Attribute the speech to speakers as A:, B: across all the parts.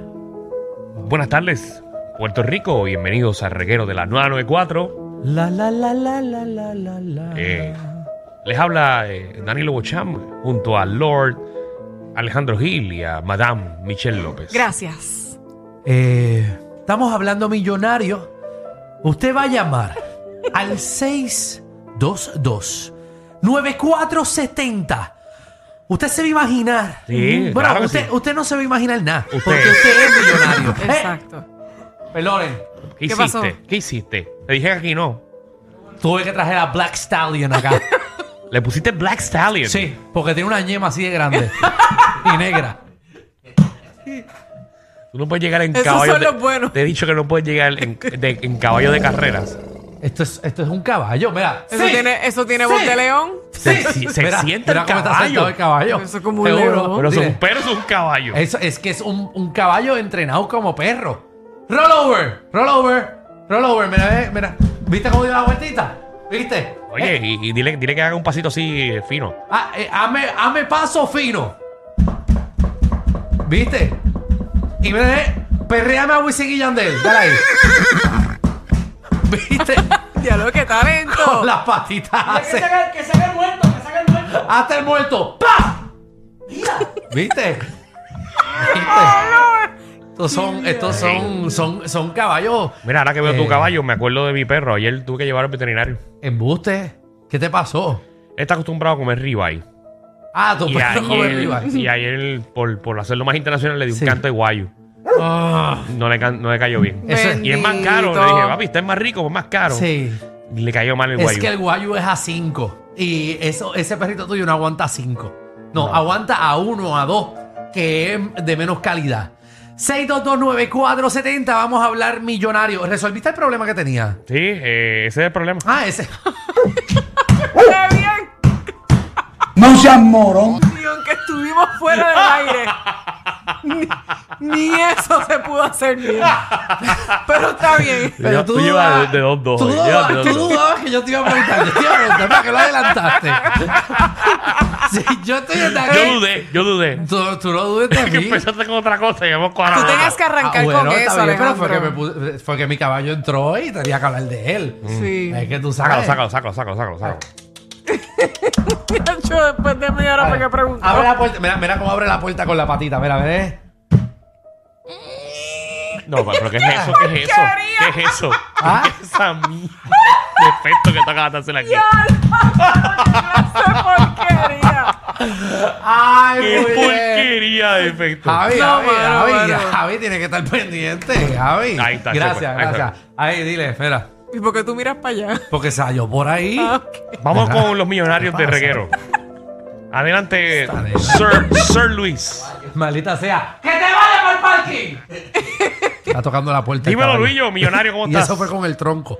A: Buenas tardes, Puerto Rico. Bienvenidos al reguero de la 994.
B: La la la la la la la la.
A: Eh, les habla eh, Danilo Bocham junto a Lord Alejandro Gil y a Madame Michelle López.
C: Gracias.
B: Eh, estamos hablando millonario. Usted va a llamar al 622 9470. Usted se va a imaginar.
A: Sí,
B: bueno,
A: claro que
B: usted,
A: sí.
B: usted no se va a imaginar nada.
A: Usted.
B: Porque usted es millonario. Eh,
C: Exacto.
B: perdonen,
A: ¿Qué,
C: ¿Qué
A: hiciste?
C: pasó?
A: ¿Qué hiciste? Te dije que aquí no.
B: tuve que traer a Black Stallion acá.
A: Le pusiste Black Stallion.
B: Sí, porque tiene una yema así de grande y negra.
A: Tú no puedes llegar en
C: Esos
A: caballo.
C: son
A: de-
C: los buenos.
A: Te he dicho que no puedes llegar en, de- en caballo de carreras.
B: Esto es, esto es un caballo, mira.
C: Eso
B: Sí.
C: tiene, eso tiene voz
B: Sí.
C: de león.
A: Se- si- se sienta el
B: cómo está
A: caballo.
B: sentado el caballo.
C: Eso es como un león.
A: Pero
B: Dile,
A: son perros, un caballo.
B: eso- es que es un, un caballo entrenado como perro. Rollover, rollover, rollover. Mira, eh, mira. ¿Viste cómo dio la vueltita? ¿Viste?
A: Oye,
B: Eh,
A: y, y dile, dile que haga un pasito así eh, fino.
B: ah, eh, hazme, hazme paso fino. ¿Viste? Y mira, eh, perréame a Wisin y Yandel. Dale ahí. ¿Viste?
C: Diablo, qué talento.
B: Con las patitas. hace-
D: que se haga el muerto, que se haga el muerto.
B: Hasta el muerto. ¡Pa! ¿Viste? ¿Viste?
D: Ah,
B: Estos son, estos son, son, son caballos
A: Mira, ahora que veo
B: Eh.
A: tu caballo, me acuerdo de mi perro. Ayer tuve que llevar al veterinario.
B: embustes. ¿Qué te pasó?
A: Él Está acostumbrado a comer ribeye.
B: Ah, tu
A: Y
B: perro come arriba.
A: ayer, y ayer, por, por hacerlo más internacional, le di un
B: Sí.
A: canto de guayo.
B: Ah,
A: No le, can- no le cayó bien.
B: eso es-
A: Y es más caro. Le dije, papi, está es más rico, es más caro.
B: sí.
A: Y Le cayó mal el
B: Es
A: guayo.
B: que el guayu es a 5. Y eso, ese perrito tuyo no aguanta a 5. No,
A: No.
B: aguanta a 1 a 2, que es de menos calidad. 6229470, vamos a hablar millonario. ¿Resolviste el problema que tenía?
A: Sí, eh, ese es el problema.
B: Ah, ese.
C: ¡Qué bien!
D: No seas morón.
C: Ni aunque estuvimos fuera del aire. Ni, ni eso se pudo hacer bien. Pero está bien.
A: Yo- tú llevas de- de dos, dos,
B: Tú
A: hoy,
B: dudabas,
A: llevas de dos,
B: tú
A: dos.
B: dudabas que yo te iba a preguntar. Yo te iba a preguntar para que lo adelantaste. sí, yo estoy desde aquí.
A: Yo dudé, yo dudé.
B: Tú, tú no dudes de
A: que
B: mí.
A: empezaste con otra cosa y hemos
C: Tú
A: cuadrado.
C: tenías que arrancar
B: Ah, bueno,
C: con
B: está
C: eso,
B: bien, pero
C: Alejandro.
B: fue que, me puse- fue que mi caballo entró y tenía que hablar de él.
C: Sí.
B: Es que tú
A: Sácalo,
B: sabes.
A: sácalo, sácalo, sácalo, sácalo. sácalo.
C: Yo después de media hora para que preguntó.
B: Abre la puerta. Mira, mira cómo abre la puerta con la patita. Mira, ver.
A: No, pa- pero ¿qué es eso? ¿Qué es eso?
C: Porquería.
A: ¿Qué es eso?
B: Ah.
A: ¿Qué es esa defecto que tú acabas de hacer aquí?
C: porquería!
B: ¡Ay,
A: ¡Qué
B: muy bien!
A: porquería de efecto!
B: Javi,
C: No,
B: Javi,
C: mano,
B: Javi,
C: mano.
B: Javi tiene que estar pendiente, Javi.
A: Ahí está,
B: Gracias,
A: se fue. Ahí
B: gracias. Ahí, dile, espera.
C: ¿Y por qué tú miras para allá?
B: Porque salió por ahí.
C: Ah, ok.
A: Vamos
B: Ajá.
A: con los millonarios
B: ¿Qué
A: de
B: pasa?
A: reguero. Adelante,
B: Está de-
A: Sir, Sir Luis.
B: Maldita sea. ¡Que te vaya por el parking! Está tocando la puerta. el
A: Dímelo,
B: caballo.
A: Luillo, millonario, ¿cómo
B: Y
A: estás?
B: eso fue con el tronco.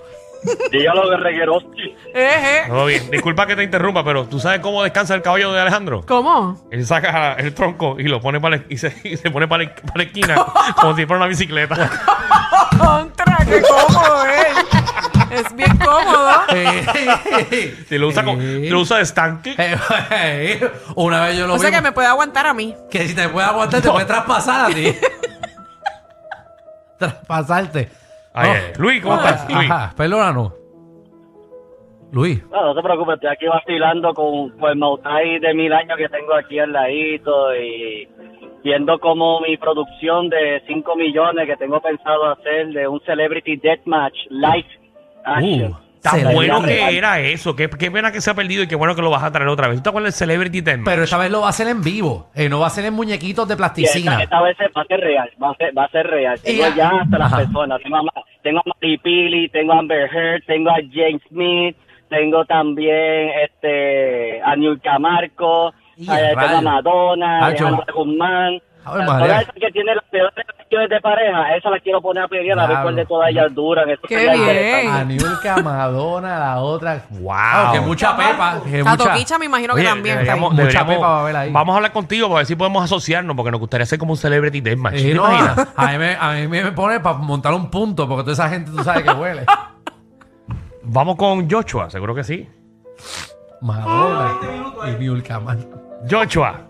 E: Dígalo de reguerosti.
C: Eh, eh.
A: Todo bien. Disculpa que te interrumpa, pero ¿tú sabes cómo descansa el caballo de Alejandro?
C: ¿Cómo?
A: Él saca el tronco y lo pone para la- y se, y se pone para la, para la esquina como si fuera una bicicleta.
C: ¡Contra! ¡Qué cómodo es! Es bien cómodo.
B: Eh,
A: Y lo usa, con-
B: Sí. Eh,
A: lo usa de estanque.
B: Una vez yo lo
C: O
B: vi.
C: sea que me puede aguantar a mí.
B: que si te puede aguantar, te puede traspasar a ti. Traspasarte.
A: Ay,
B: No.
A: ay, ay. Luis, ¿cómo estás? Luis.
B: oh. Ajá, perdónanos. Luis.
E: No, no se preocupe, estoy aquí vacilando con, pues, con el Mautai de mil años que tengo aquí al ladito y viendo como mi producción de 5 millones que tengo pensado hacer de un Celebrity Deathmatch Live Action.
B: se
A: Tan
B: la
A: Uh, bueno
B: llave.
A: que era eso. Qué, qué pena que se ha perdido y qué bueno que lo vas a traer otra vez. ¿Tú te acuerdas del Celebrity Ten?
B: Pero esta vez lo va a hacer en vivo. eh, no va a ser en muñequitos de
E: Y esta,
B: plasticina.
E: esta vez va a ser real, va a ser, va a ser real. Tengo
B: Y-
E: ya hasta las
B: Ajá.
E: personas. Tengo a, Ma- tengo a Mari Pili, tengo a Amber Heard, tengo a James Smith, tengo también este, a Niurka Marco,
B: Y
E: eh,
B: a
E: tengo a
B: rayos.
E: Madonna,
B: Ah,
E: Alejandra
B: yo-
E: Guzmán.
B: A ver,
E: Ahora
B: María.
E: esa que tiene las peores relaciones de pareja, esa la quiero poner a pelear a ver
B: Claro.
E: cuál de todas ellas duran. Eso
C: Qué
E: sería
C: bien.
E: interesante.
B: Aniulca, Madonna, la otra. ¡Wow! que mucha pepa. Que
C: La
B: mucha...
C: toquicha me imagino
A: Oye,
C: que también.
A: deberíamos-
B: Mucha
A: deberíamos-
B: pepa va a haber ahí.
A: Vamos a hablar contigo para ver si podemos asociarnos, porque nos gustaría ser como un celebrity deathmatch.
B: Sí,
A: ¿Te
B: Eh, no,
A: imaginas?
B: a, a mí me, a mí me pone para montar un punto, porque toda esa gente tú sabes que huele.
A: Vamos con Joshua, seguro que sí.
B: Madonna y Niulka
A: Joshua,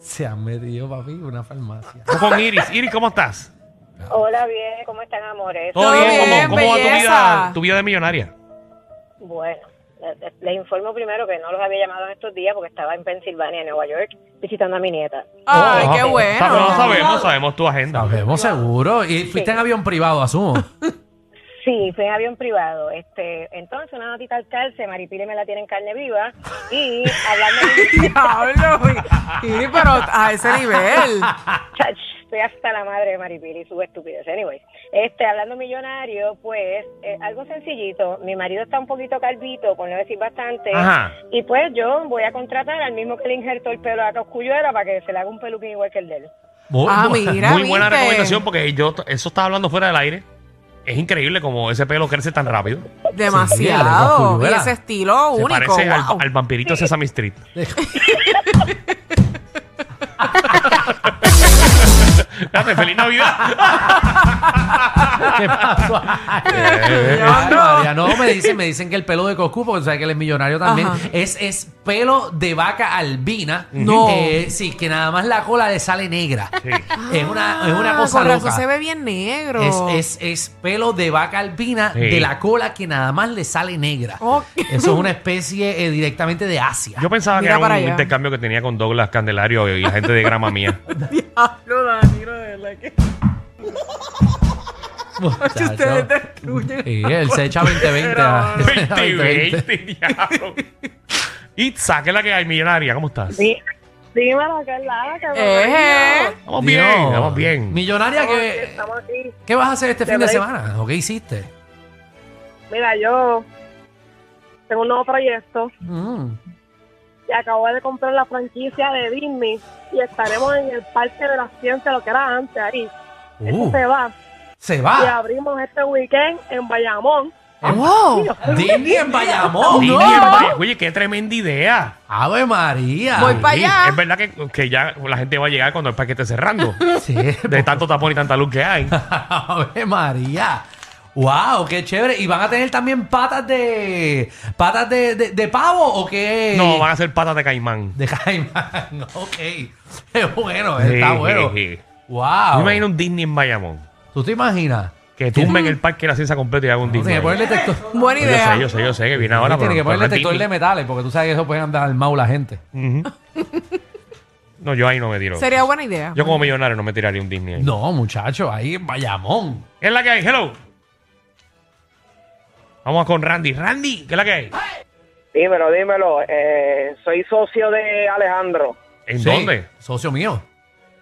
B: Se han metido, papi, una farmacia.
A: vamos con Iris. Iris, ¿cómo estás?
F: Hola, bien, ¿cómo están, amores?
A: ¿Todo,
C: Todo
A: bien?
C: bien,
A: ¿Cómo, cómo va tu
C: belleza.
A: vida, tu vida de millonaria?
F: Bueno, les, les informo primero que no los había llamado en estos días porque estaba en Pensilvania, en Nueva York, visitando a mi nieta.
C: Ay,
A: Oh,
C: qué
A: ok. Sa-
C: bueno.
A: No sabemos, sabemos tu agenda.
B: Sabemos seguro. Y fuiste en avión privado, asumo.
F: Sí, fue en avión privado. Este, entonces, una notita al calce, Maripili me la tiene en carne viva. Y hablando de...
C: Diablo, y- y- pero a ese nivel.
F: Chach, Estoy hasta la madre de Maripili, su estupidez. Anyway, este, hablando millonario, pues, eh, algo sencillito. Mi marido está un poquito calvito, por no decir bastante.
A: Ajá.
F: Y pues yo voy a contratar al mismo que le injertó el pelo a Cosculluela para que se le haga un peluquín igual que el de él.
B: Muy-
C: Ah,
B: muy-
C: mira.
A: Muy buena
C: ¿viste?
A: recomendación, porque yo t- eso estaba hablando fuera del aire. Es increíble como ese pelo crece tan rápido.
C: Demasiado.
B: Sí,
C: y ese estilo
A: Se
C: único.
A: parece al,
C: wow.
A: al vampirito de Sesame Street. Date, feliz Navidad.
B: ¿Qué pasó?
A: Eh,
B: Ay, María, no, me dicen, me dicen que el pelo de Coscu, porque tú sabes que él es millonario también,
C: Ajá.
B: es, es pelo de vaca albina.
C: No.
B: Eh, sí, que nada más la cola le sale negra.
A: Sí.
B: Es, una, es una
C: Ah,
B: cosa
C: con razón
B: loca.
C: se ve bien negro.
B: Es, es, es pelo de vaca albina
A: Sí.
B: de la cola que nada más le sale negra.
C: Ok.
B: Eso es una especie eh, directamente de Asia.
A: Yo pensaba
C: Mira
A: que
C: para
A: era un
C: allá.
A: intercambio que tenía con Douglas Candelario y la gente de grama mía.
C: Diablo, Danilo, de verdad que.
B: Muchacho.
C: ustedes destruyen.
B: Sí, él se echa 20-20. a-
A: 20,
B: 20-20.
A: 20, diablo. Itza, que es la que hay, millonaria, ¿cómo estás?
F: Dímelo, Carla. que
C: Eh, eh.
A: Vamos
B: Dios.
A: bien, vamos bien.
B: Millonaria, ¿qué,
F: Estamos aquí.
B: qué vas a hacer este
F: De
B: fin de
F: break.
B: semana? ¿O qué hiciste?
F: Mira, yo tengo un nuevo proyecto
B: Mm.
F: y acabo de comprar la franquicia de Disney y estaremos en el Parque de la Ciencia, lo que era antes ahí. Eso
B: Uh,
F: se va.
B: se
F: Y
B: va.
F: abrimos este weekend en Bayamón.
C: Wow.
B: Disney en Bayamón.
A: Disney en Valle- Oye, qué tremenda idea.
B: Ave María.
C: Voy pa' allá.
A: Es verdad que, que ya la gente va a llegar cuando el parque esté cerrando.
B: Sí.
A: De tanto tapón y tanta luz que hay.
B: Ave María. Wow, qué chévere. ¿Y van a tener también patas de patas de, de, de pavo o qué?
A: No, van a ser patas de caimán.
B: de caimán. Ok. Es bueno,
A: Sí,
B: está
A: sí,
B: bueno.
A: sí.
B: Wow.
A: Yo imagino un Disney en Bayamón.
B: ¿Tú te imaginas?
A: Que tumben el parque de la ciencia completa y haga un
B: Mm. Tiene
A: Disney.
B: que ponerle texto.
C: Buena
A: Yo sé,
C: idea.
A: yo sé, yo sé que viene ahora.
B: tiene que
A: pero-
B: ponerle
A: pero
B: detector de
A: Disney.
B: metales porque tú sabes que eso puede andar al mau la gente.
A: Ujú. No, yo ahí no me tiro.
C: Sería buena idea.
A: Yo como millonario no me tiraría un Disney. ahí.
B: No, muchacho, ahí en Bayamón.
A: ¿Qué es la que hay? Hello. Vamos con Randy. Randy, ¿qué es la que hay?
E: Dímelo, dímelo. Eh, soy socio de Alejandro.
A: ¿En
B: Sí,
A: dónde?
B: Socio mío.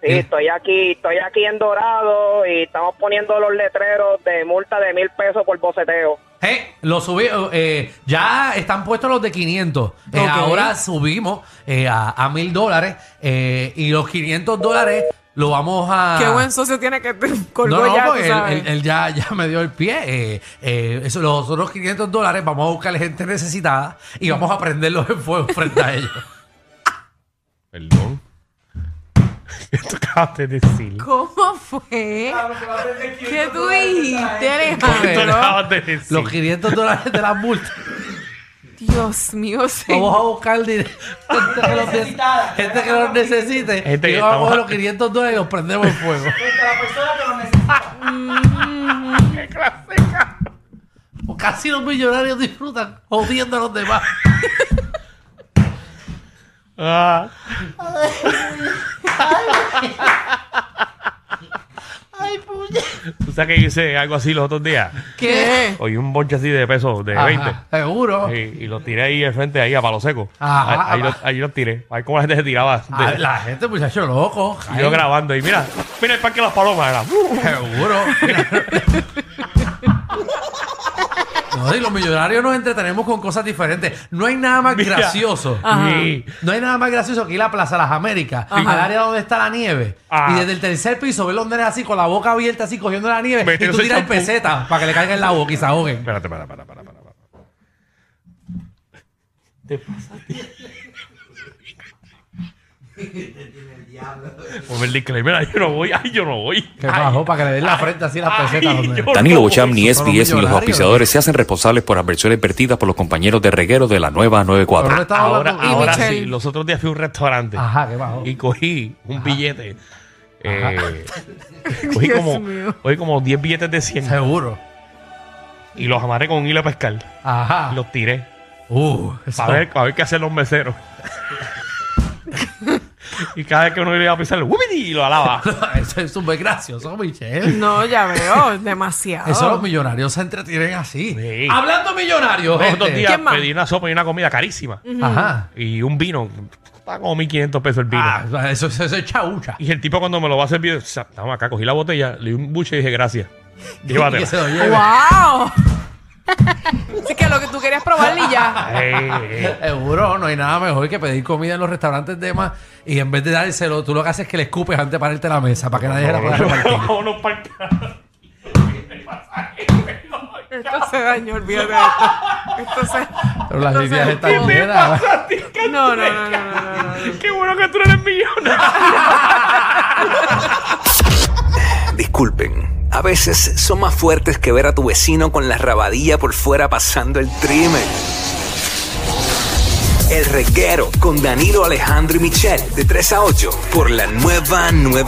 E: Sí,
B: ¿Qué?
E: estoy aquí, estoy aquí en Dorado y estamos poniendo los letreros de multa de mil pesos por boceteo.
B: Eh, lo subí, eh, ya están puestos los de 500. Eh,
C: Ok.
B: ahora subimos eh, a mil dólares eh, y los 500 dólares lo vamos a...
C: Qué buen socio tiene que te
B: Ah. No,
C: colgó
B: no,
C: ya, tú
B: porque él,
C: sabes.
B: él- él ya, ya me dio el pie. Eh, eh, eso, los otros 500 dólares vamos a buscar gente necesitada y vamos a prenderlos en fuego frente a ellos.
A: Perdón. Esto acabas de decir.
C: ¿Cómo fue? ¿Qué tú dijiste,
A: Esto
C: Alejandro?
A: acabas de decir.
B: Los 500 dólares de las multas.
C: Dios mío, señor.
B: Vamos a buscar dinero, gente, que los,
D: Necesitada.
B: gente que los necesite.
A: Gente
B: y
A: que
B: vamos a coger
A: estamos-
B: los 500 dólares y los prendemos en fuego.
D: Contra la persona que lo necesita.
A: ¡Qué clásica!
B: Casi los millonarios disfrutan jodiendo a los demás.
A: Ah. ¿Tú sabes que hice algo así los otros días?
C: ¿Qué?
A: Oí un bonche así de pesos, de
B: Ajá,
A: 20.
B: Seguro.
A: Y, y los tiré ahí al frente, ahí a palo seco.
B: Ajá,
A: Ah, ahí,
B: ajá.
A: los, ahí los tiré. Ahí como la gente se tiraba. de-
B: Ah, la gente, muchacho, loco.
A: y yo grabando. Y mira, mira el parque ¡uh! de las palomas. Era.
B: Seguro. No, y los millonarios nos entretenemos con cosas diferentes. No hay nada más
A: Mira.
B: gracioso.
C: Ajá.
A: Sí.
B: No hay nada más gracioso que ir a Plaza Las Américas, al área donde está la nieve.
A: Ah.
B: Y desde el tercer piso ver los nenes así, con la boca abierta, así cogiendo la nieve.
A: Metiéndose
B: y tú tiras
A: el
B: el
A: champú.
B: peseta para que le caiga en la boca y se ahoguen.
A: Espérate, para, para, para, para. para. ¿Te pasa? Ponme Pues el disclaimer, ay, yo no voy, ay, yo no voy.
B: Que bajó para que le den la frente así las
A: ay,
B: pesetas. los nenes.
A: yo-
G: Danilo Bocham, ni
B: Son los
G: SBS ni los
B: millonarios.
G: auspiciadores se hacen responsables por adversiones vertidas por los compañeros de reguero de la nueva 94.
B: Pero no estaba
A: Ah, Ahora,
B: hablando-
A: ahora
C: Michelle.
A: sí, los otros días fui a un restaurante
B: Ajá, que bajó.
A: y cogí un billete. eh, cogí,
C: Dios
A: como,
C: mío.
A: cogí como 10 billetes de 100
B: Seguro.
A: y los amarré con un hilo a pescar.
B: Ajá.
A: Y los tiré.
B: Uh, eso-
A: Para ver, a ver qué hacen los meseros. y cada vez que uno le iba a pisar, ¡wupiti! y lo alaba.
B: eso es súper gracioso, Michelle.
C: No, ya veo, demasiado.
B: Eso los millonarios se entretienen así.
A: Ah. Sí.
B: Hablando millonarios,
A: Los
B: gente.
A: otros días
C: ¿Quién más?
A: pedí una sopa y una comida carísima.
B: Ajá.
A: Y un vino. Estaba como 1500 pesos el vino.
B: Ah, eso, eso- eso es chaucha.
A: Y el tipo cuando me lo va a servir, o sea, estamos acá, cogí la botella, le di un buche y dije, gracias.
B: Que se
A: Llévatela.
B: lo lleve.
C: ¡Wow! Así que lo que tú querías probar y ya.
A: Ey, ey.
B: Seguro, no hay nada mejor que pedir comida en los restaurantes de más y en vez de dárselo, tú lo que haces es que le escupes antes de pararte la mesa para que nadie la pueda repartir.
A: eh. Vámonos pa'l carajo.
C: Esto se dañó, olvídate de esto. Esto se.
B: Pero las
C: Entonces,
B: líneas
C: ¿qué
B: están
C: me
B: llenas.
C: No, no, no, no, no, no, no.
A: Qué bueno que tú no eres millonario.
H: Disculpen, a veces son más fuertes que ver a tu vecino con la rabadilla por fuera pasando el trimen. El reguero con Danilo Alejandro y Michel de 3 a 8 por la nueva 9.